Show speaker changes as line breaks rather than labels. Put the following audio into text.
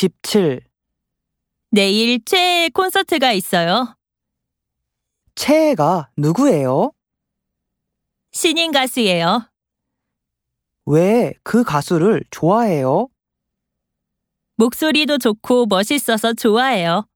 27.
내일 최애 콘서트가 있어요.
최애가 누구예요?
신인 가수예요.
왜 그 가수를 좋아해요?
목소리도 좋고 멋있어서 좋아해요.